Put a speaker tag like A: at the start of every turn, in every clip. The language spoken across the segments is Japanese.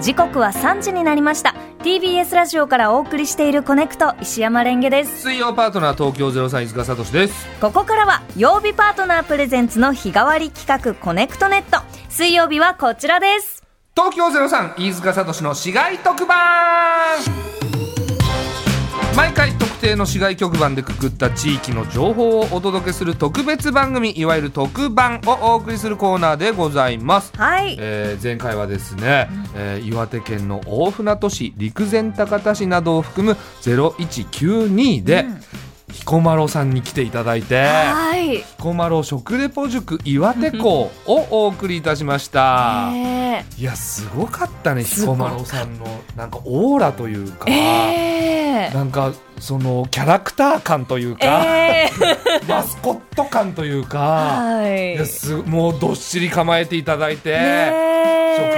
A: 時刻は3時になりました TBS ラジオからお送りしているコネクト石山レンゲです
B: 水曜パートナー東京ゼロ三塚聡です。
A: ここからは曜日パートナープレゼンツの日替わり企画コネクトネット水曜日はこちらです
B: 東京ゼロ三飯塚聡の市街特番。毎回特定の市街局番でくくった地域の情報をお届けする特別番組いわゆる特番をお送りするコーナーでございます。
A: はい
B: えー前回はですね、えー岩手県の大船渡市陸前高田市などを含む0192で、彦摩呂さんに来ていただいて
A: はい
B: 彦摩呂食レポ塾岩手校をお送りいたしました、
A: え
B: いやすごかったね
A: す
B: 彦
A: ごか
B: 摩
A: った
B: 呂さんのなんかオーラというか、
A: ー、えー
B: なんかそのキャラクター感というか、
A: えー、
B: マスコット感というか、い
A: は
B: や
A: い
B: すもうどっしり構えていただいて。
A: ね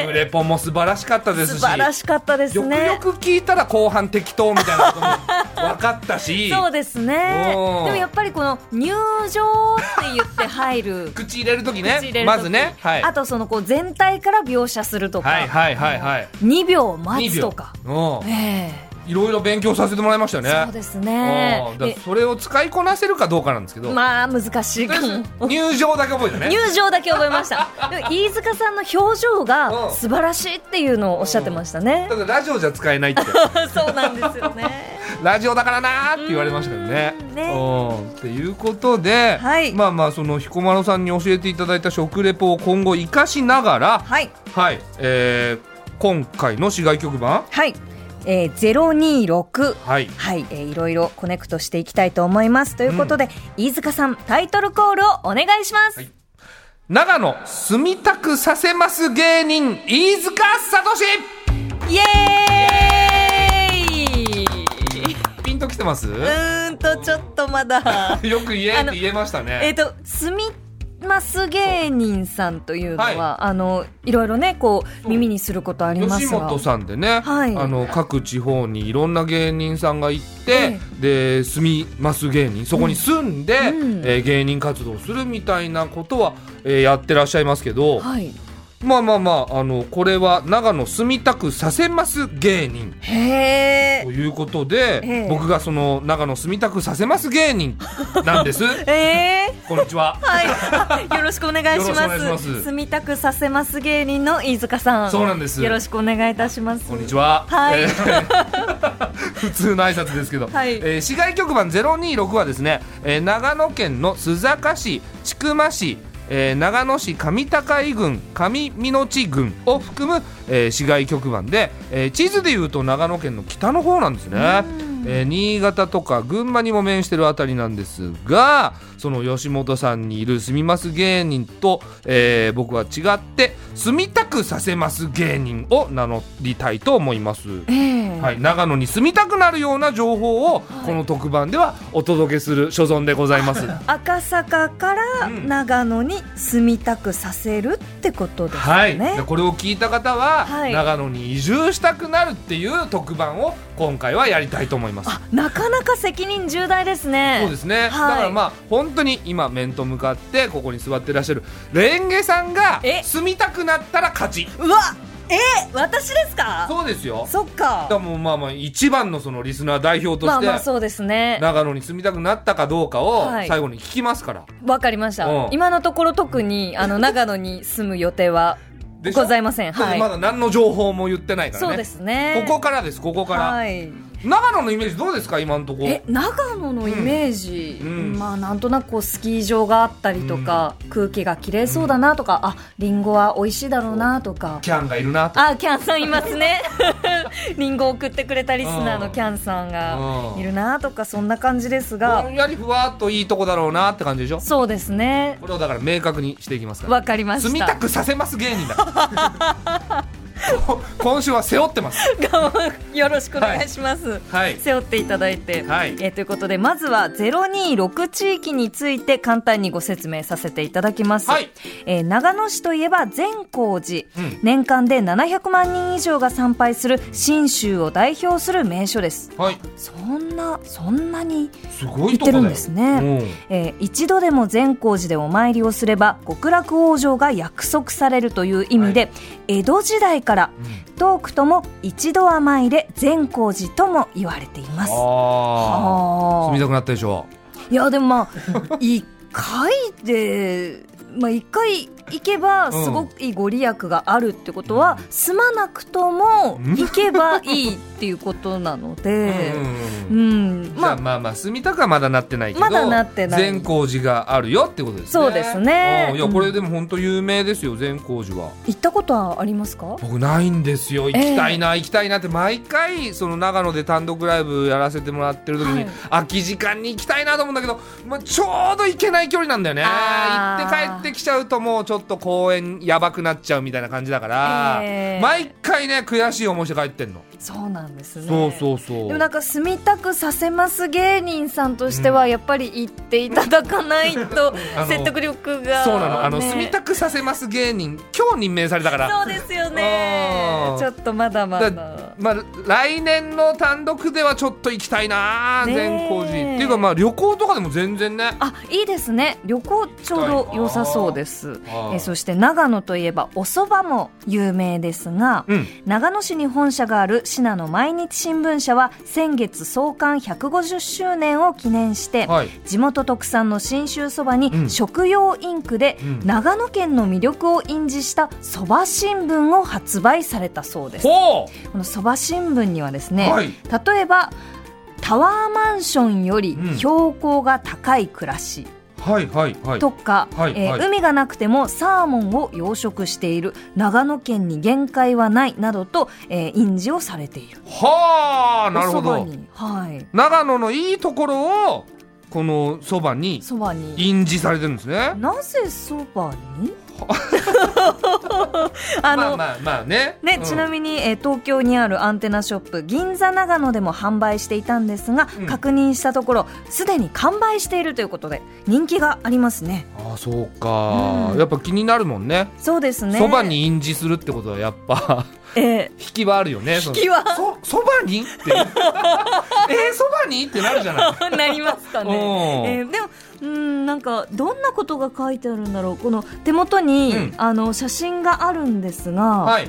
B: 食レポも素晴らしかったで
A: え
B: す
A: 素
B: し
A: 晴らしかったです
B: よく
A: ね
B: よく聞いたら後半適当みたいなことも分かったし
A: そうですねで
B: うん
A: もやっぱりこの入場って言って入 る
B: 口入れる時
A: 口
B: ね
A: 入れる時
B: まずね、はい、
A: あとそのこう全体から描写するとか、
B: はいはいはいはい
A: 2秒待つとか、
B: 2秒うん
A: え
B: いろいろ勉強させてもらいましたよ
A: え
B: ね
A: そうですね
B: うんだから
A: で
B: それを使いこなせるかどうかなんですけど、
A: まあ難しい
B: とり
A: か
B: あ
A: も
B: えず入場だけ覚えたね
A: 入場だけ覚えました でも飯塚さんの表情
B: う
A: が
B: ん
A: 素晴らしいっていうのをおっしゃってましたね
B: ただラジオじゃ使 えないって
A: そうなんですよ ね
B: ラジオだからなーって言われましたけどね
A: うーん
B: うんっていうことで、
A: はい
B: まあまあその彦摩呂さんに教えていただいた食レポを今後活かしながら、
A: はい
B: はい、えー、今回の市外局番
A: はい、えー、026
B: はい
A: はい、えーいろいろコネクトしていきたいと思いますということで、飯塚さんタイトルコールをお願いします、
B: はい長野住みたくさせます芸人飯塚聡
A: イエーイ
B: ピンときてます
A: うーんとちょっとまだ
B: よく言え
A: あ
B: っ
A: の
B: て言えました
A: えっ
B: ね
A: と住みます芸人さんというのは、
B: はい
A: あのいろいろねこう
B: そう
A: 耳にすることあります
B: 吉
A: が
B: 本さんでね、
A: はい
B: あの各地方にいろんな芸人さんが行って、
A: え
B: で住みます芸人そこに住んで、
A: うん
B: えー芸人活動するみたいなことは、えーやってらっしゃいますけど、
A: はい
B: まあまあまああのこれは長野住みたくさせます芸人
A: へえ
B: ということで、
A: ええ
B: 僕がその長野住みたくさせます芸人な んです。
A: え
B: こんにちは。
A: ー、はい よろしくお願いし
B: よ
A: ま
B: ろしくお願い
A: す
B: します
A: 住みたくさせます芸人の飯塚さん
B: そうなんです
A: よろしくお願いいたします
B: こんにちは。
A: はい
B: えー普通の挨拶ですけど、
A: はい
B: えー市外局番026はですね、えー長野県の須坂市、千曲市、えー長野市上高井郡、上美濃地郡を含む、えー市外局番で、えー地図でいうと長野県の北の方なんですね。えー新潟とか群馬にも面してるあたりなんですがその吉本さんにいる住みます芸人と、えー僕は違って住みたくさせます芸人を名乗りたいと思います。
A: えー
B: はい、長野に住みたくなるような情報をこの特番ではお届けする所存でござ います。
A: 赤坂から
B: うん
A: 長野に住みたくさせるってことですよ
B: はい、
A: ね、
B: でこれを聞いた方は、
A: はい
B: 長野に移住したくなるっていう特番を今回はやりたいと思います。
A: あなかなか責任重大ですね
B: そうですね、だ
A: はい
B: からまあ本当に今面と向かってここに座ってらっしゃるレンゲさんが
A: え
B: 住みたくなったら勝ち
A: うわえ私ですか
B: そうですよ
A: そっか
B: だからもうまあまあ一番のそのリスナー代表と
A: ま
B: し
A: あ
B: て、
A: まあそうですね
B: 長野に住みたくなったかどうかを
A: はい
B: 最後に聞きますから、
A: わかりました、
B: うん
A: 今のところ特にあの長野に住む予定は
B: でしょ
A: ございません
B: だ っ
A: は
B: て
A: い、
B: まだ何の情報も言ってないからね
A: そうですね
B: ここからですここから、
A: はい
B: 長野のイメージどうですか今のとこ
A: え長野のイメージ、
B: うんうん
A: まあなんとなくこうスキー場があったりとか、空気がきれいそうだなとか、あリンゴは美味しいだろうなとか
B: キャンがいるなと
A: あキャンさんいますね リンゴを送ってくれたリスナーのキャンさんが
B: うん
A: いるなとかそんな感じです
B: ぼ
A: が
B: んやりふわっといいとこだろうなって感じでしょ
A: そうですね
B: これをだから明確にしていきますから
A: わかりま
B: 住
A: し
B: みた
A: た
B: くさせます芸人だ こ今週は背負ってます
A: よろしくお願いします、
B: はい
A: 背負っていただいて、
B: はい
A: えーということでまずは026地域について簡単にご説明させていただきます、
B: はい
A: えー長野市といえば善光寺、
B: うん
A: 年間で700万人以上が参拝する信州を代表する名所です
B: はい
A: そんなそんなに
B: すご
A: 行
B: い
A: っ
B: とこ
A: て
B: だ
A: るん
B: よ
A: ですね、えー一度でも善光寺でお参りをすれば極楽往生が約束されるという意味で、江戸時代からから、トークとも一度甘いで善光寺とも言われています。
B: ああ
A: は
B: 住み
A: あ
B: たくなったでしょ
A: いやでもまあ一回でまあ一回行けばすごくいいご利益があるってことは、住まなくとも行けばいいっていうことなので、
B: うん
A: うん、
B: ま
A: ま
B: あ
A: あ
B: まあまあ住田区はまだなってないけど
A: まだなってない
B: 善光寺があるよってことですね
A: そうですね
B: うんいやこれでも本当有名ですよ善光寺は
A: 行ったことはありますか？
B: 僕ないんですよ行きたいな、行きたいなって毎回その長野で単独ライブやらせてもらってる時に、
A: はい
B: 空き時間に行きたいなと思うんだけど、まあ、ちょうど行けない距離なんだよね
A: あー
B: 行って帰ってきちゃうともうちょっと公園やばくなっちゃうみたいな感じだから、
A: えー
B: 毎回ね悔しい思いして帰ってんの、
A: そうなんですね。
B: そう
A: う。
B: そうそう
A: でもなんか住みたくさせます芸人さんとしてはやっぱり行っていただかないと
B: あの
A: 説得力が、ね、
B: そうなの、あの住みたくさせます芸人今日任命されたから
A: そうですよね
B: うん
A: ちょっとまだま
B: だ
A: だ
B: まあ、来年の単独ではちょっと行きたいな
A: ねえ
B: 善光寺っていうかまあ旅行とかでも全然ね
A: あいいですね旅行ちょうど良さそうです
B: あー
A: えそして長野といえばお蕎麦も有名ですが、
B: うん
A: 長野市に本社がある信濃毎日新聞社は先月創刊150周年を記念して、
B: はい
A: 地元特産の信州そば
B: うん
A: に食用インクで
B: うん
A: 長野県の魅力を印字したそば新聞を発売されたそうです。
B: ほ
A: このそば新聞にはです
B: う
A: ね、
B: はい
A: 例えばタワーマンションより
B: うん
A: 標高が高い暮らし
B: はいはいはい
A: とか、
B: はい
A: えー
B: はい
A: 海がなくてもサーモンを養殖している長野県に限界はないなどと、えー印字をされている。
B: はあなるほ
A: お蕎
B: ど
A: 麦にはい。
B: 長野のいいところをこのそばに
A: そばに。
B: 印字されてるんですね
A: なぜそば に？あの、
B: まあまあまあね
A: ね、
B: うん
A: ちなみに、えー東京にあるアンテナショップ銀座長野でも販売していたんですが、
B: うん
A: 確認したところすでに完売しているということで人気がありますね
B: あそうか、
A: うん
B: やっぱ気になるもんね
A: そうですね
B: そば、に印字するってことはやっぱ
A: え
B: 引きはあるよね引
A: ー、気は
B: そそばにって えー、そばにってなるじゃない
A: なりますか
B: おー
A: ね、えーでもうんなんかどんなことが書いてあるんだろうこの手元に、
B: うん
A: あの写真があるんですが、
B: はい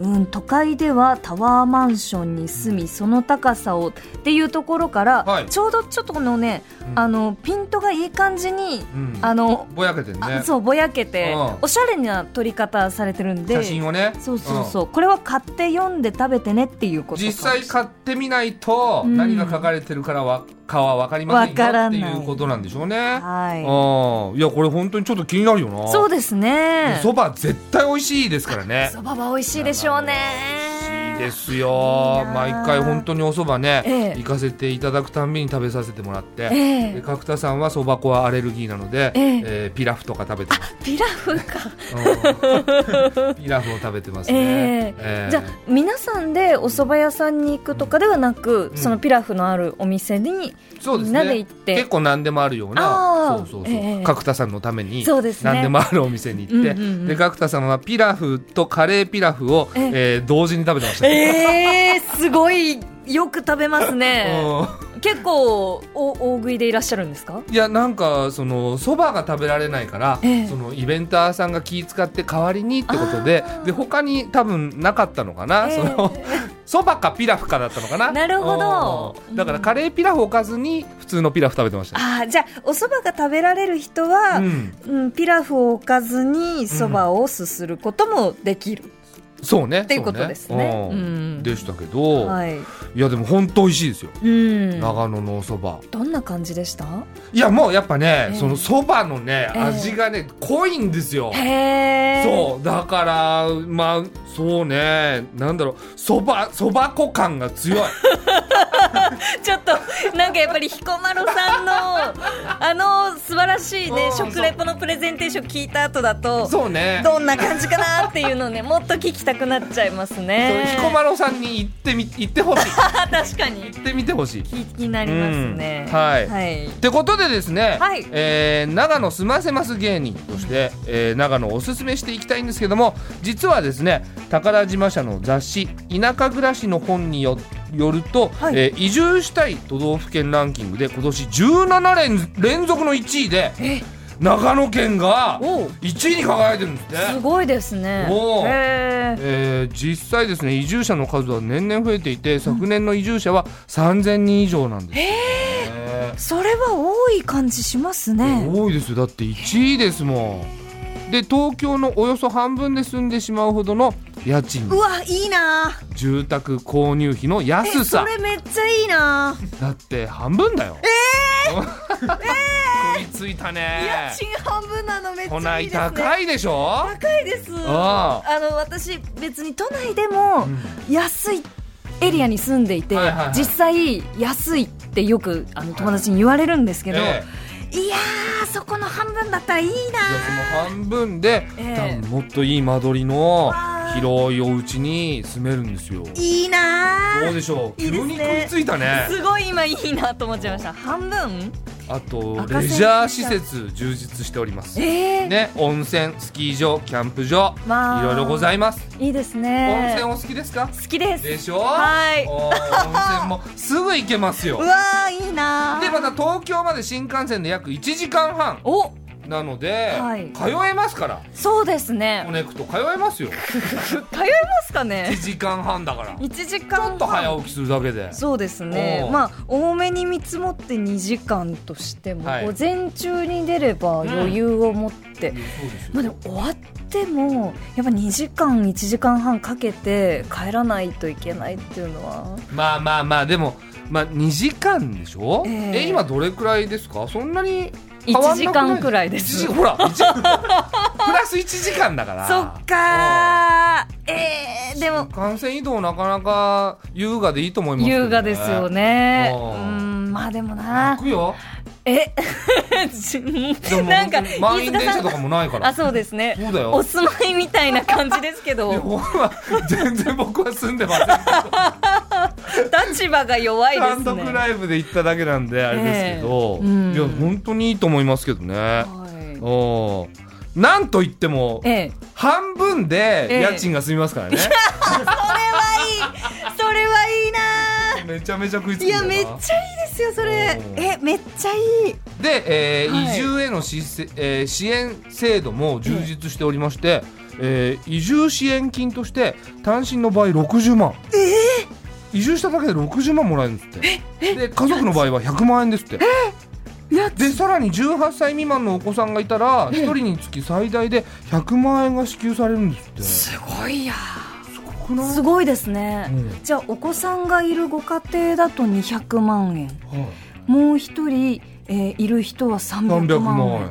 A: うん、都会ではタワーマンションに住み、その高さをっていうところから、
B: はい
A: ちょうどちょっとこのね、
B: うん
A: あのピントがいい感じに、
B: うん
A: あの、
B: ぼやけてるね
A: あそうぼやけて、
B: うん
A: おしゃれな撮り方されてるんで
B: 写真をね
A: そうそうそう、これは買って読んで食べてねっていうことか
B: 実際買ってみないと
A: うん
B: 何が書かれてるからはかは分かりません
A: わから
B: よ
A: な
B: って
A: い
B: いうことなんでしょうね。
A: は
B: あいやこれ本当にちょっと気になるよない
A: そうですね
B: そば絶対美味しいですからね。
A: そばは美味しいでしょうね
B: いいです
A: い
B: よ
A: いな
B: 毎回本当におそばね、
A: ええ
B: 行かせていただくたんびに食べさせてもらって、
A: ええ
B: で角田さんはそば粉はアレルギーなの
A: え
B: で、
A: え
B: えーピラフとか食べてます
A: ピラフか、
B: うんピラフを食べてます
A: え
B: ね
A: え、
B: ええ
A: じゃあ皆さんでお蕎麦屋さんに行くとかではなく、
B: うん
A: そのピラフのあるお店に
B: そうですね。
A: みんなで行って
B: 結構何でもあるような
A: あー
B: そうそうそう、
A: ええ
B: 角田さんのために
A: そうですね
B: 何でもあるお店に行って、
A: うんうんうん
B: で角田さんはピラフとカレーピラフを、え
A: え
B: ー同時に食べてました、
A: えー、すごいよく食べますね
B: う
A: 結構お大食いでいらっしゃるんですか
B: んいやなんかそのそばが食べられないから、
A: ええ
B: そのイベンターさんが気使って代わりにってことで
A: あー
B: で他に多分なかったのかな、
A: ええ
B: そのそばかピラフかだったのかな
A: なるほど
B: うんだからカレーピラフおかずに普通のピラフ食べてました、
A: あーじゃあお蕎麦が食べられる人は、
B: う
A: うん
B: ん、
A: ピラフを置かずに蕎麦をすすることもできる、
B: そうねって
A: いうことですねうん
B: でしたけど、
A: はい、
B: いやでも本当美味しいですよ、
A: うん、
B: 長野のおそば
A: どんな感じでした
B: いやもうやっぱね、
A: ええ
B: そのそばのね
A: ええ
B: 味がね濃いんですよ、
A: へー
B: そうだからまあそうねなんだろうそばそば粉感 が強い
A: ちょっとなんかやっぱり彦摩呂さんのあの素晴らしいね
B: うん
A: 食レポのプレゼンテーション聞いた後だと
B: そうね
A: どんな感じかなっていうのをねもっと聞きたくなっちゃいます
B: そう
A: ね
B: 彦摩呂さんに行ってみ行って ほしい
A: あ確かに
B: 行ってみてほしいっ
A: 気になりますね、
B: うんはい
A: はい、
B: てことでですね、
A: はい
B: えー長野住ませます芸人として、えー長野をおすすめしていきたいんですけども実はですね宝島社の雑誌「田舎暮らし」の本によよると、
A: はい
B: えー移住したい都道府県ランキングで今年17連連続の1位で
A: え
B: 長野県が
A: おう
B: 1位に輝いてるんです
A: す
B: ね。
A: ごいですね
B: おー
A: へー
B: えー実際ですね移住者の数は年々増えていて昨年の移住者は3000人以上なんです、え
A: それは多い感じします
B: ー
A: ね
B: 多いですよだって1位ですもんで東京のおよそ半分で住んでしまうほどの家賃
A: うわいいな
B: 住宅購入費の安
A: えそ
B: さ
A: れめっちゃいいな
B: だって半分だよえ 食いついたね
A: 家賃半分なのめっち
B: 都
A: ゃいいで
B: 内
A: すね
B: 高いでしょ
A: 高いです
B: あ
A: あの私別に都内でも安いエリアに住んでいて、
B: はいはいはい
A: 実際安いってよくあの友達に言われるんですけど、
B: ええ
A: いやーそこの半分だったらいい
B: じゃ
A: な
B: あその半分で、
A: ええ
B: 多分もっといい間取りの
A: わー
B: 広いお家に住めるんですよ。
A: いいな
B: どう
A: ー
B: でしょう。
A: いいで
B: 急
A: すね
B: に食いついたね。
A: すごい今いいなと思っちゃいました半分
B: あと
A: 赤線
B: レジャー施設充実しております。
A: えー、
B: ね、温泉、スキー場、キャンプ場、
A: まあ
B: いろいろございます。
A: いいです
B: 温
A: ね
B: 泉お好きですか？
A: 好きです
B: でしょ？
A: はい
B: おー温泉もすぐ行けますよ
A: う。わーいいなー
B: でまた東京まで新幹線で約1時間半
A: お
B: なので、
A: はい
B: 通えますから。
A: そうです
B: コ
A: ね
B: ネクト通えますよ。
A: 通えますか
B: 1
A: ね
B: 時間半だから。
A: 1時間半
B: ちょっと早起きするだけで。
A: そうですね
B: おう
A: まあ多めに見積もって2時間としても、
B: はい
A: 午前中に出れば余裕を持って、まあでも終わってもやっぱ2時間1時間半かけて帰らないといけないっていうのは
B: まあまあまあでも、まあ2時間でしょ。
A: ええ
B: え今どれくらいですか。そんなに変わ
A: 1
B: ん
A: 時
B: なくない
A: 間くらいで
B: 一時
A: す。
B: ほら、一時 プラス1時間だから。
A: そっかーえー、で
B: うん。
A: も
B: 感染移動なかなか優雅でいいと思いますけどね。
A: 優雅ですよねう
B: おうん
A: まあでもな
B: 行くよ。
A: え
B: でも
A: なんか
B: 本当に満員電
A: 飯
B: 車
A: 塚
B: と
A: さ
B: か
A: ん
B: もないか
A: あ
B: ら。
A: そうですね
B: そうだよ
A: お住まいみたいな感じですけ
B: い
A: ど
B: やほら全然僕は住んでません。
A: 立場が弱いですね。
B: 単独ライブで行っただけなんであれですけど、
A: ええうん
B: いや本当にいいと思いますけどね。
A: は
B: おーなんといっても
A: い、ええ、
B: 半分で
A: ええ
B: 家賃が済みますか らね、
A: それはいい、それはいいな
B: めちゃめちゃ食い
A: ー。
B: つく
A: い
B: ん
A: や
B: だよな
A: めっちゃいいですよそれ
B: お。ー
A: えめっちゃいい。
B: で、えー
A: はい
B: 移住へのしせ、えー支援制度も充実しておりまして、えー移住支援金として単身の場合60万、移住しただけで60万もらえるんですってで家族の場合は100万円ですって
A: 家
B: でさらに18歳未満のお子さんがいたら1人につき最大で100万円が支給されるんですってす
A: すごいや。
B: ごくない
A: すごいですね。
B: うん
A: じゃあお子さんがいるご家庭だと200万円、
B: はい
A: もう一人、えーいる人は300
B: 300
A: 万円。
B: 万円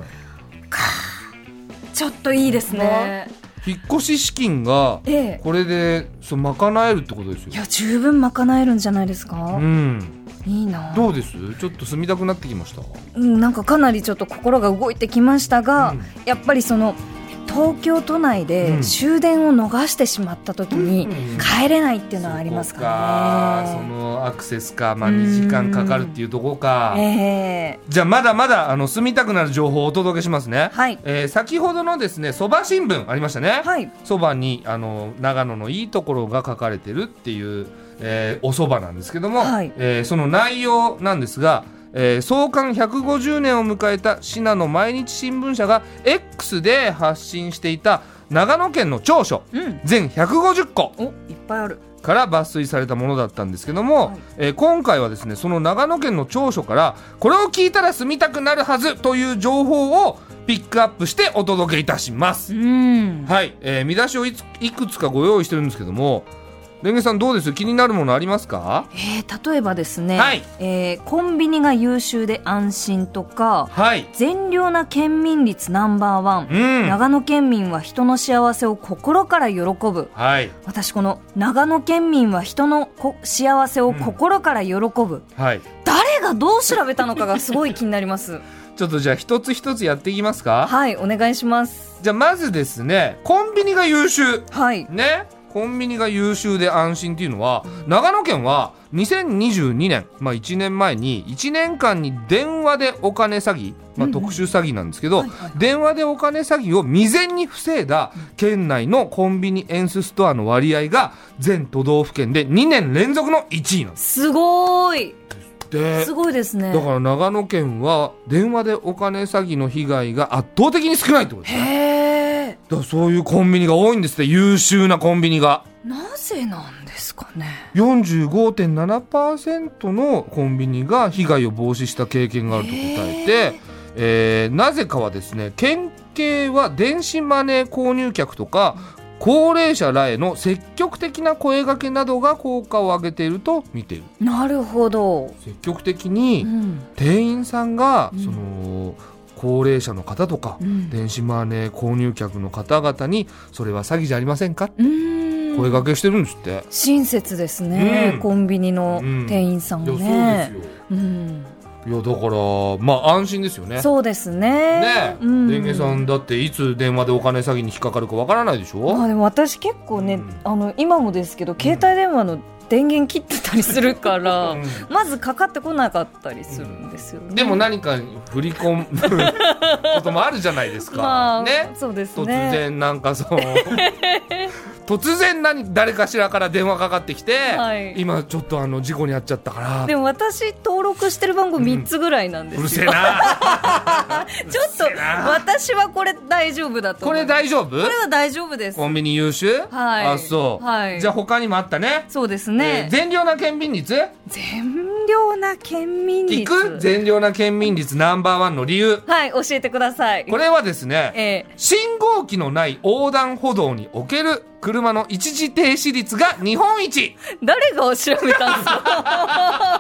A: ちょっといいですね。
B: 引っ越し資金が
A: ええ。
B: これでそう賄えるってことです
A: い
B: よ
A: や十分賄えるんじゃないです
B: う
A: か。
B: ん
A: いいな。
B: どうですちょっと住みたくなってきました
A: うんなんかかなりちょっと心が動いてきましたが、
B: うん
A: やっぱりその東京都内
B: う
A: で
B: ん
A: 終電を逃してしまった時に
B: うん
A: 帰れないっていうのはありますから
B: そこかそ
A: ね。
B: のアクセスかまあ2時間かかるっていうとこか
A: ええ
B: じゃあまだまだあの住みたくなる情報をお届けしますね
A: はい
B: えー先ほどのですねそば新聞ありましたね
A: はい
B: そばにあの長野のいいところが書かれてるっていう、えーおそばなんですけども、
A: はい
B: えーその内容なんですが、えー創刊150年を迎えた信濃毎日新聞社が X で発信していた長野県の長所
A: うん
B: 全150個
A: おいっぱいある
B: から抜粋されたものだったんですけども、
A: はい
B: えー今回はですねその長野県の長所からこれを聞いたら住みたくなるはずという情報をピックアップしてお届けいたします
A: う。ん
B: はい、えー見出しをいついくつかご用意してるんですけどもレンゲさんどうです気になるものありますか
A: えー例えばですね、
B: はい
A: えーコンビニが優秀で安心とか
B: はい
A: 善良な県民率ナンバーワン、
B: うん
A: 長野県民は人の幸せを心から喜ぶ
B: はい
A: 私この長野県民は人のこ幸せを心から喜ぶ、
B: はい
A: 誰がどう調べたのかがすごい気になります
B: ちょっとじゃあ一つ一つやっていきますか
A: はいお願いします
B: じゃあまずですねコンビニが優秀
A: はい
B: ねコンビニが優秀で安心っていうのは長野県は2022年、まあ、1年前に1年間に電話でお金詐欺、まあ、特殊詐欺なんですけど、
A: はいはいはい
B: 電話でお金詐欺を未然に防いだ県内のコンビニエンスストアの割合が全都道府県で2年連続の1位なんです
A: すごーい
B: です
A: ごいですね
B: だから長野県は電話でお金詐欺の被害が圧倒的に少ないってことですね
A: へえ
B: だからそういうコンビニが多いんですって優秀なコンビニが
A: なぜなんですかね
B: 45.7%のコンビニが被害を防止した経験があると答えて、えーなぜかはですね県警は電子マネー購入客とか高齢者らへの積極的な声掛けなどが効果を上げていると見ている
A: なるほど、
B: 積極的
A: う
B: に
A: ん
B: 店員さんが、
A: うん
B: その高齢者の方とか、
A: うん、
B: 電子マネー購入客の方々にそれは詐欺じゃありませんかって
A: うーん
B: 声掛けしてるんですって、
A: 親切ですね、
B: うん
A: コンビニの店員さんもね、
B: よ
A: うん
B: いやだからまあ安心ですよね。
A: そうですね
B: ねえ、
A: うん、
B: レンゲさんだっていつ電話でお金詐欺に引っかかるかわからないでしょ。
A: まあでも私結構ね、
B: うん
A: あの今もですけど携帯電話の電源切ってたりするか
B: う
A: ら、
B: ん
A: まずかかってこなかったりするんですよね、
B: でも何かに振り込む こともあるじゃないですか。
A: まあ、
B: ね。
A: そうです
B: 突
A: ね
B: 然なんかそ の突然何誰かしらから電話かかってきて、
A: はい
B: 今ちょっとあの事故に遭っちゃったから。
A: でも私登録してる番号3つぐらいなんで
B: うる
A: す
B: せえ
A: よ、
B: な。
A: ちょっと
B: うるせえな
A: 私はこれ大丈夫だと
B: こ
A: 思
B: れ
A: うこ
B: 大丈夫？
A: れは大丈夫です
B: コンビニ優秀？
A: はい
B: あそう。
A: はい
B: じゃあ他にもあったね。
A: そうです
B: えー
A: ね、
B: 善良な県民率
A: 善良な県民率
B: 聞く善良な県民率ナンバーワンの理由
A: はい教えてください
B: これはですね
A: え
B: 信号機のない横断歩道における車の一時停止率が日本一
A: え誰が調べたんですか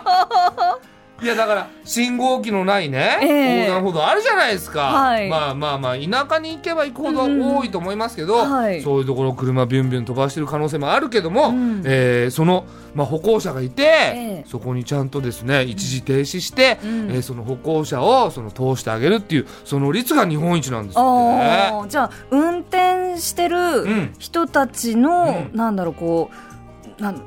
B: いやだから信号機のないね、
A: ええ
B: 横断歩道あるじゃないですか、
A: はい
B: まあまあまあ田舎に行けば行くほど多いと思いますけど、
A: うんはい
B: そういうところ車ビュンビュン飛ばしてる可能性もあるけども、
A: うん
B: えーその、まあ、歩行者がいて、
A: え
B: そこにちゃんとですね一時停止して、
A: うん
B: えーその歩行者をその通してあげるっていうその率が日本一なんですって
A: ああじゃあ運転して
B: ん
A: る人たちの、
B: うん
A: なんだろうこうなん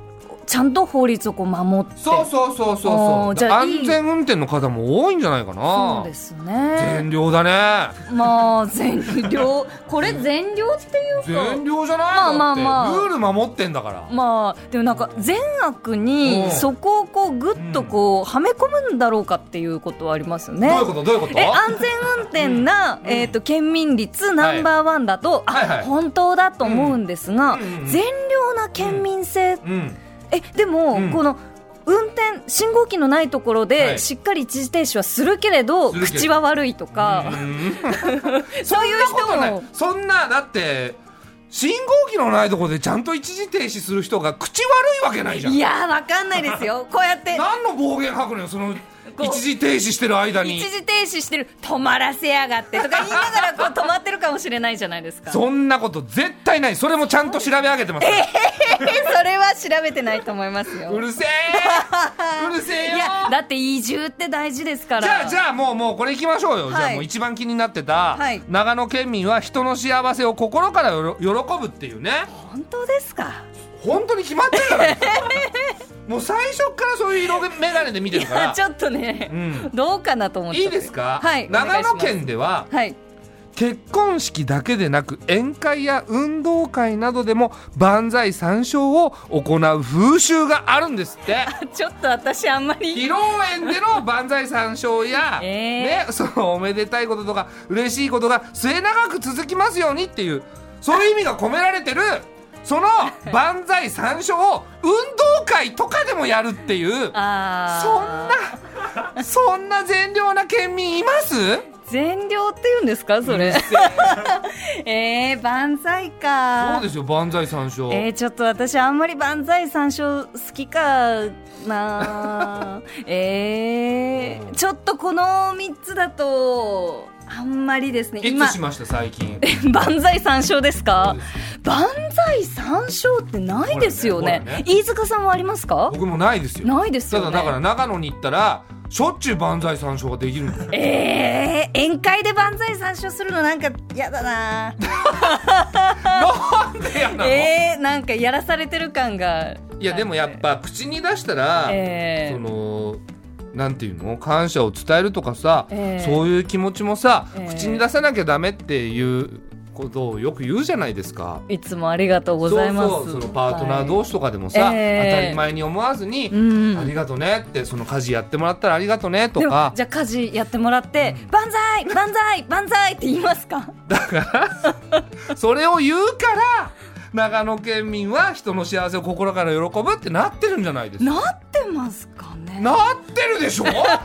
A: ちゃんと法律をこう守って
B: そうそうそうそうそ
A: お
B: う
A: ーじゃあいい
B: 安全運転の方も多いんじゃないかな
A: そうですね
B: 善良だね
A: まあ善良 これ善良っていうか
B: 善良じゃない
A: まあまあまあ
B: だってルール守ってんだから
A: まあでもなんか善悪
B: うん
A: にそこをこうぐっとこうはめ込むんだろうかっていうことはありますよね。
B: どういうことどういうこと
A: え安全運転な、
B: ん
A: えー、と県民率ナンバーワンだと、
B: はいはいは
A: あ
B: い
A: 本当だと思うんですが、
B: うんうんうん
A: 善良な県民性、
B: うん
A: えでも、
B: うん
A: この運転信号機のないところで、
B: はい
A: しっかり一時停止はするけれど
B: するけど
A: 口は悪いとか、そういう人
B: そんなことない
A: も
B: そんなだって信号機のないとこでちゃんと一時停止する人が口悪いわけないじゃん
A: いやーわかんないです よこうやって
B: 何の暴言吐くのよその
A: こう
B: 一時停止してる間に
A: 一時停止してる止まらせやがってとか言いながらこう止まってるかもしれないじゃないですか。
B: そんなこと絶対ないそれもちゃんと調べ上げてます
A: えそれは調べてないと思いますよ。
B: うるせえうるせえよ
A: いやだって移住って大事ですから
B: じゃあじゃあもうもうこれいきましょうよ、
A: はい
B: じゃあもう一番気になってた、
A: はい
B: 長野県民は人の幸せを心からよろ喜ぶっていうね
A: 本当ですか
B: 本当に決まってるから もう最初からそういう色眼鏡で見て
A: い
B: るか
A: や
B: ら
A: ちょっとね、
B: うん
A: どうかなと思って
B: いいですか、
A: はい
B: 長野
A: お願いしま
B: 県では
A: すはい
B: 結婚式だけでなく宴会や運動会などでも万歳三唱を行う風習があるんですって。
A: ちょっと私あんまり
B: 披露宴での万歳三唱や、
A: え
B: ね、そのおめでたいこととか嬉しいことが末永く続きますようにっていうそういう意味が込められてるその万歳三唱を運動会とかでもやるっていう
A: あ
B: そん
A: あ
B: なそんな善良な県民います
A: 善良って言うんですかそれ えー、万歳
B: そ
A: か
B: うですよ万歳三唱、
A: えー、ちょっと私あんまり万歳三唱好きか なえー、ちょっとこの3つだとあんまりですね
B: いつしました最近
A: 万歳三唱です
B: そう
A: か
B: です
A: 万歳三唱ってないですよね
B: ほらねほらね
A: 飯塚さんはありますか
B: 僕もないですよ
A: ないです
B: た
A: よ
B: だ
A: ね
B: だから長野に行ったらしょっちゅう万歳三唱ができるんです よ
A: えー、宴会で万歳三唱するのなんかやだな
B: なんでやなの、
A: えー、なんかやらされてる感が
B: いやでもやっぱ口に出したら、
A: ええ
B: そのなんていうの感謝を伝えるとかさ、
A: ええ
B: そういう気持ちもさ、
A: ええ
B: 口に出さなきゃダメっていうことをよく言うじゃないですか。
A: いつもありがとうございます。
B: そうそうそのパートナー同士とかでもさ、
A: はいえー
B: 当たり前に思わずに、
A: はいうん
B: ありがとねってその家事やってもらったらありがとねと
A: でも
B: か
A: じゃあ家事やってもらって「万歳万歳万歳!」って言いますか
B: それを言うから長野県民は人の幸せを心から喜ぶってなってるんじゃないですか。
A: なってますかね
B: なってるでし ょだか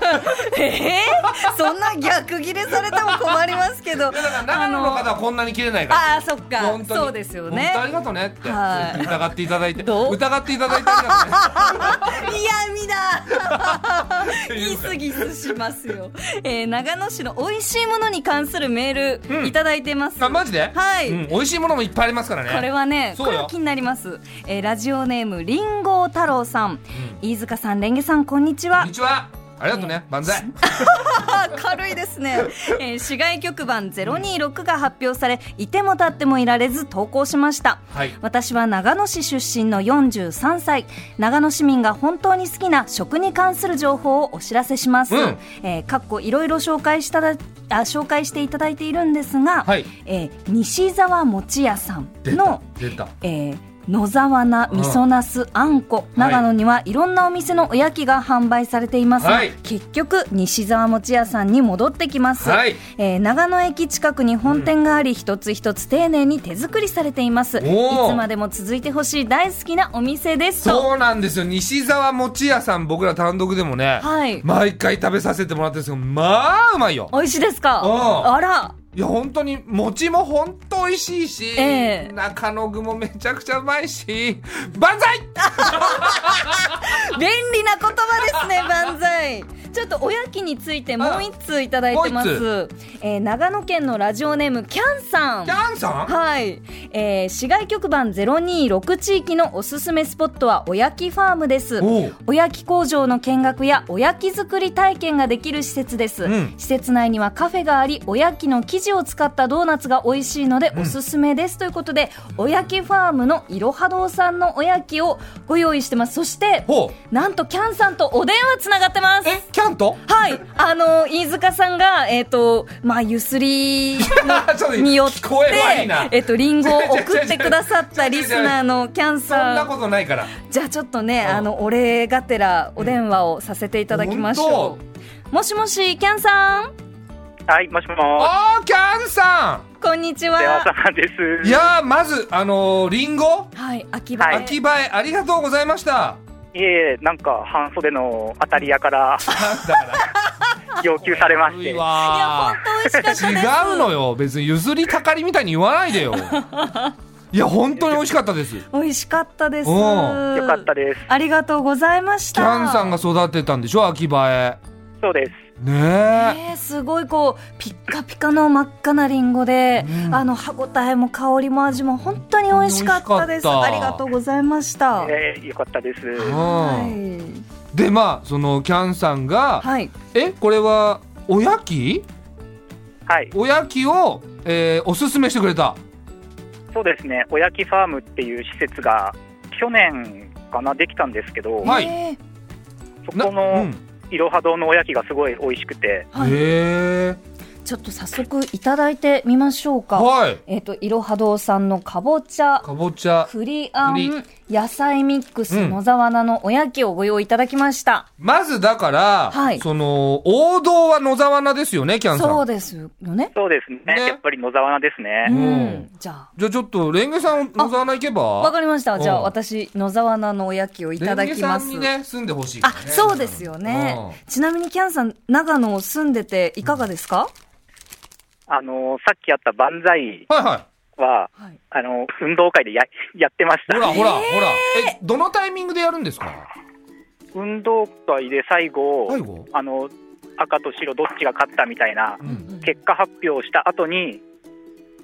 A: えー、そんな逆ギレされても困りますけど
B: ら長野の方はこんなに切れないから。
A: ああそっか
B: 本当に
A: そうですよね
B: 本当ありがとねって、
A: はい
B: 疑っていただいて
A: どう
B: 疑っていただいてありがとね
A: 嫌味だ
B: 言
A: ギ
B: うから
A: スギスしますよ、 えー、長野市の美味しいものに関するメールいただいてます、
B: あマジで、
A: はい
B: うん、美味しいものもいっぱいありますからね
A: これはね
B: そう
A: こ
B: よ
A: れは気になります、えー、ラジオネームりんご太郎さん、飯塚さんレンゲさんこんにち
B: こ
A: は
B: んにちはありがとね万歳
A: あ 軽いですね、えー市外局番026が発表されいても立ってもいられず投稿しました
B: はい
A: 私は長野市出身の43歳長野市民が本当に好きな食に関する情報をお知らせします、
B: うん
A: えーかっこいろいろ紹介しただあ紹介していただいているんですが、
B: はい
A: えー西沢餅屋さん
B: 出た
A: の、
B: 出た
A: えー野沢菜味噌なすあんこ、
B: い
A: 長野にはいろんなお店のおやきが販売されていますが、
B: はい
A: 結局西沢餅屋さんに戻ってきます、
B: はい
A: えー長野駅近くに本店があり、一つ一つ丁寧に手作りされていますい
B: おー
A: つまでも続いてほしい大好きなお店ですと
B: そうなんですよ西沢餅屋さん僕ら単独でもね、
A: はい
B: 毎回食べさせてもらってるんですけどまあうまいよ
A: 美味しいですか
B: うん
A: あら
B: いや本当に餅も本当美味しいし、
A: ええ
B: 中野具もめちゃくちゃうまいし万歳
A: 便利な言葉です ね万歳ちょっとおやきについてもう一通いただいてま
B: もう一
A: す、えー長野県のラジオネームキャンさん
B: キャンさん
A: はい、えー市外局番026地域のおすすめスポットはおやきファームです
B: おう
A: おやき工場の見学やおやき作り体験ができる施設です、
B: うん
A: 施設内にはカフェがありおやきの生地を使ったドーナツが美味しいのでおすすめです、ということでおやきファームのいろは堂さんのおやきをご用意してますそして
B: ほう
A: なんとキャンさんとお電話つながってます
B: えキャンと
A: はい、あの飯塚さんが、えっ、と、まあ、ゆすりの
B: ちょっと
A: によって
B: 聞こえ悪いな、
A: えっ、と、リンゴを送ってくださったリスナーのキャン
B: そん
A: さ。
B: なんことないから
A: じゃあちょっとね、
B: ん
A: あの、お礼がてらお電話をさせていただきましょ
B: 本
A: う。もしもし、キャンさん、
C: はい、もしも
B: あーキャンさ
A: こんにち
C: し。世話
A: は。
C: 様です。
B: んいやーまずあのー、リンゴ
A: はい、秋葉
C: はい
B: 秋映えありがとうございました
C: いえ、なんか半袖の当たり屋から
B: だから
C: 要求されまして。
A: い
B: い
C: は
A: や、本
B: わ
A: 当美味しかった
B: 違
A: です。
B: うのよ別に譲りたかりみたいに言わな いでよいや本当に美味しかったですキ
A: 美味しかったです。
B: うん
A: よ
C: よかったです。
A: ありがとうございました。
B: ャンさんが育てたんでしょ秋映え
C: そうです。
B: ねえ
A: ねえすごいこうピッカピカの真っ赤なリンゴで、
B: うん
A: あの歯ごたえも香りも味も本当に美味しかったです
B: 美味しかった
A: ありがとうございました、
C: えー、よかったです。
B: うんでまあそのキャンさんが
A: はい、
B: えこれはおやき
C: はい、
B: おやきを、えーおすすめしてくれた
C: そうですね。おやきファームっていう施設が去年かなできたんですけど、
B: はい
A: え
C: そ
B: な
C: こ
B: う
C: の
B: ん
C: いろは堂のおやきがすごい美味しくて、
A: ーはい
B: へえ
A: ちょっと早速いただいてみましょうか、
B: はい
A: えっ、といろは堂さんのかぼちゃ
B: かぼちゃ
A: 栗あん
B: 栗
A: 野菜ミックス
B: うん
A: 野沢菜のおやきをご用意いただきました、
B: まずだから、
A: はい
B: その王道は野沢菜ですよねキャンさん
A: そうですよね
C: そうですね。
B: ね
C: やっぱり野沢菜です
A: う
C: ね。
A: ん、
B: うん
A: じゃあ
B: じゃあちょっとレンゲさん野沢菜行けば
A: わかりましたじゃ
B: う
A: あ
B: ん
A: 私野沢菜のおやきをいただきます
B: レンゲさんにね住んでほしいか
A: あ
B: ら、ね、
A: そうですよね。ちなみにキャンさん、長野を住んでていかがですか、
C: あのーさっきあった万歳
B: うんはいはい
C: は、
A: はい、
C: あのー運動会でややってまし
B: ほら
C: た。
B: ほら、ほらえどのタイミングでやるんですか
C: 運動会で最後、
B: 最後
C: あの赤と白どっちが勝ったみたいな
B: うん
C: 結果発表した後に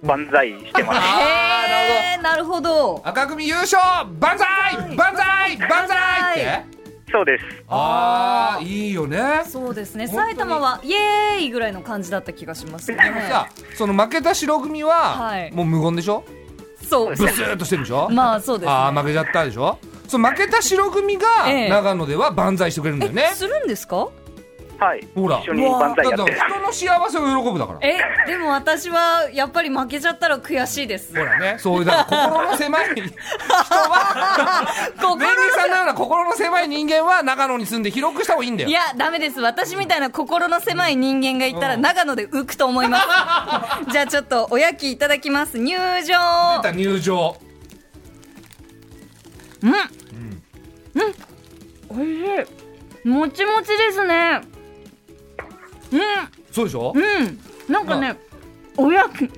C: 万歳して ま
B: あ
C: す。
A: へー、なるほど。
B: 赤組優勝万歳万歳万歳って
C: そうです。
B: ああいいよね
A: そうですね。
B: 本当に
A: 埼玉はイエーイぐらいの感じだった気がしますね。
B: でもさその負けた白組は、
A: はい
B: もう無言でしょ
A: そうです
B: ブ
A: ね。
B: スーっとしてるでしょ
A: まあそうですね。
B: ああ負けちゃったでしょその負けた白組が
A: ええ
B: 長野では万歳してくれるんだよね、
A: え、するんですか？
C: はい、
B: ほら
C: 一緒に万歳
B: だ
C: や
B: っ
C: ってて、
B: 人の幸せを喜ぶだから
A: えでも私はやっぱり負けちゃったら悔しいです
B: ほらねそういうだから心の狭い人は
A: 心
B: レイニーさんのような心の狭い人間は長野に住んで広くした方がいいんだよ
A: いやダメです私みたいな心の狭い人間がいたら
B: うん
A: 長野で浮くと思います じゃあちょっとおやきいただきます入
B: 出
A: 場
B: た入場
A: うんうんおいしいもちもちですね
B: そうでしょ
A: うんうんなんかねおやき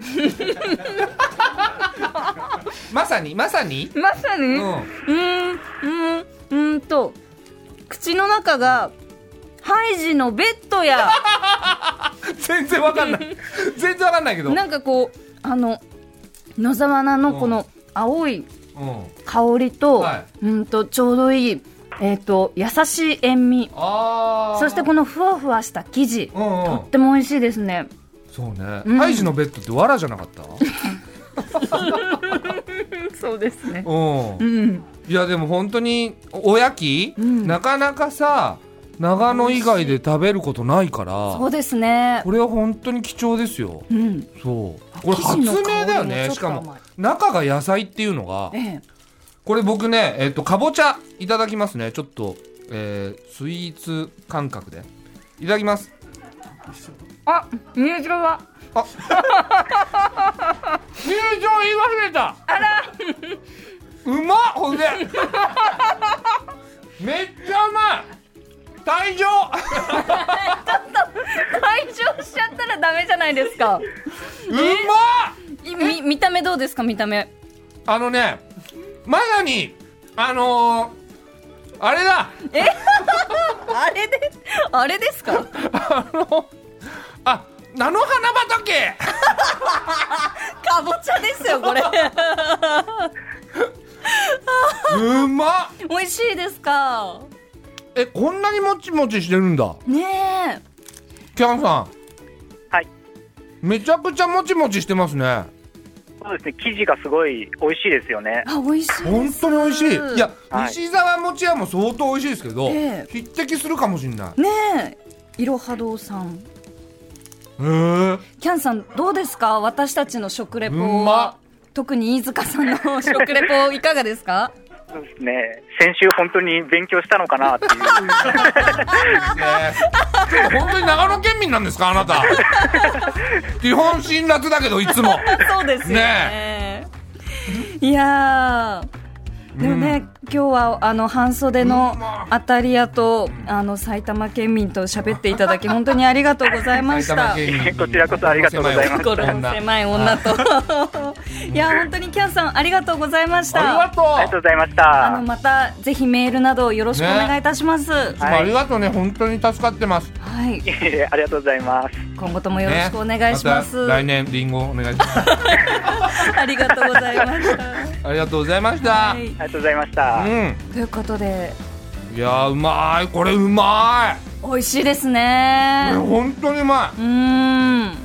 B: まさにまさに
A: まさに
B: う
A: うんんうんうんうんと口の中がハイジのベッドや
B: 全然わかんない全然わかんないけどうん
A: なんかこうあの野沢菜のこの青い香りと、
B: は
A: うんとちょうどいい、えー、と優しい塩味
B: ああ
A: そしてこのふわふわした生地、
B: うんう
A: と
B: ん
A: っても美味しいですね
B: そうね、
A: うん
B: ハイジのベッドって藁じゃなかった
A: そうですね
B: うん
A: うん
B: いやでも本当におおやき、
A: うん
B: なかなかさ長野以外で食べることないから
A: そうですね
B: これは本当に貴重ですよ
A: うん
B: そうこれ
A: 生
B: 発
A: 地の
B: 明
A: 香り
B: だよね
A: も
B: し
A: ちょ
B: か
A: っと甘い
B: も中が野菜っていうのが
A: ええ
B: これ僕ねえっとかぼちゃいただきますねちょっと、えースイーツ感覚でいただきます
A: あ入場は
B: 入場言い忘れたあらうまっほんでめっちゃうまい退場
A: 退場しちゃったらダメじゃないですか
B: うまっ
A: いみ見た目どうですか見た目
B: あのねまさにあのー、あれだ
A: あれであれですか
B: あ菜の花畑
A: かぼちゃですよこ れ
B: うまっ
A: 美味しいですか
B: えこんなにもちもちしてるんだ
A: ねえ
B: キャンさん
C: はい
B: めちゃくちゃもちもちしてますね
C: そうですね、生地がすごい美味しいですよね。
A: あ美味しいです
B: 本当に美味しいいや、
C: はい
B: 西沢餅屋も相当美味しいですけど、
A: ええ
B: 匹敵するかもしれない
A: ねえいろは堂さん
B: へえ
A: キャンさんどうですか私たちの食レポ
B: うんま
A: は特に飯塚さんの食レポいかがですか
C: そうですね、先週本当に勉強したのかなって いう。
B: ねえちょっと本当に長野県民なんですかあな た基本辛辣だけどいつも
A: そうですよねいやーでもね、今日はあの半袖のアタリアとあの埼玉県民と喋っていただき本当にありがとうございまし
B: 埼
A: た
B: 玉。県民
C: こちらこそありがとうございます
A: 心の狭い女といや本当にキャンさんありがとうございまし
B: あり
A: た。
B: がとう
C: ありがとうございまし
A: あの
C: た。
A: またぜひメールなどよろしくお願いいたします。
B: いつもありがとうね本当に助かってます
A: はい。
C: いえいえありがとうございます。
A: 今後ともよろしくお願いします。
B: ねた来年リンゴお願いします
A: ありがとうございました。
B: ありがとうございました、
A: はい
C: ありがとうございました。
B: う
A: ということで
B: んいやーうまいこれうま
A: 美味しいです
B: いこ
A: ね
B: れ。本当にうま
A: うーん。
B: い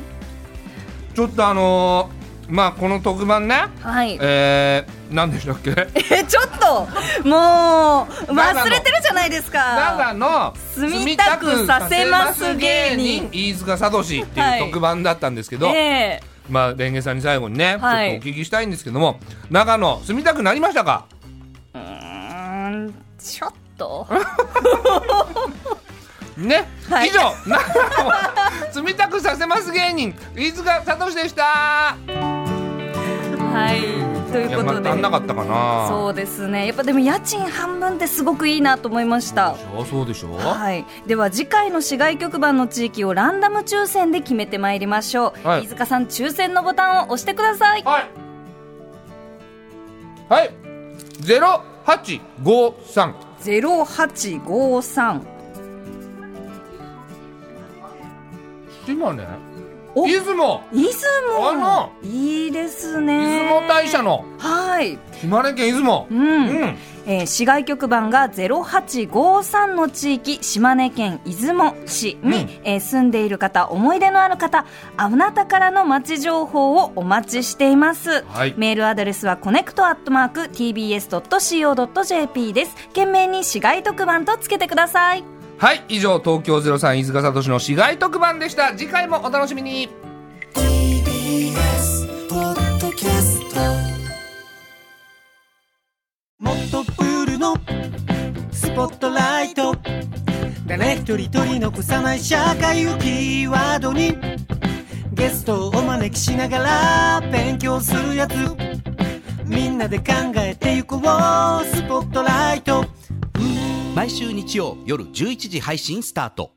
B: ちょっとあのー、まあこの特番ね
A: はい。
B: えー、何でしたっけ
A: え ちょっともう忘れてるじゃないですか。
B: 長野
A: 住みたくさせます芸人
B: 飯塚聡って
A: は
B: いう
A: い
B: 特番だったんですけど、
A: ええ
B: まあレンゲさんに最後にね、
A: はい
B: ちょっとお聞きしたいんですけども長野住みたくなりましたか
A: うーんちょっと。
B: ね、
A: はい
B: 以上長野を 住みたくさせます芸人飯塚聡でした
A: はい。というこ
B: ま
A: と
B: あ
A: で
B: 足ん。なかったかな
A: そうですね。やっぱでも家賃半分ってすごくいいなと思いました。
B: そうそうでしょ
A: はい、では次回の市外局番の地域をランダム抽選で決めてまいりましょう、
B: はい
A: 飯塚さん抽選のボタンを押してください
B: はい。はい。ゼロ八五三。
A: 0853
B: 今ね。
A: お
B: 出雲。
A: 出
B: あ
A: 雲
B: ら
A: いいです
B: 出
A: ね
B: 雲大社の。
A: はい、
B: 島根県出雲
A: う。ん
B: うん。
A: えー市外局番が0853の地域島根県出雲市に、
B: うん
A: えー住んでいる方思い出のある方あなたからの街情報をお待ちしています、
B: はい
A: メールアドレスはコネクトアットマーク TBS.CO.JP です懸命に市外特番とつけてください
B: はい以上東京03飯塚聡の市街特番でした次回もお楽しみに
D: TBS ポッドキャストもっとプールのスポットライト誰一人取り残さない社会をキーワードにゲストをお招きしながら勉強するやつみんなで考えてゆこうスポットライト
E: 毎週日曜夜11時配信スタート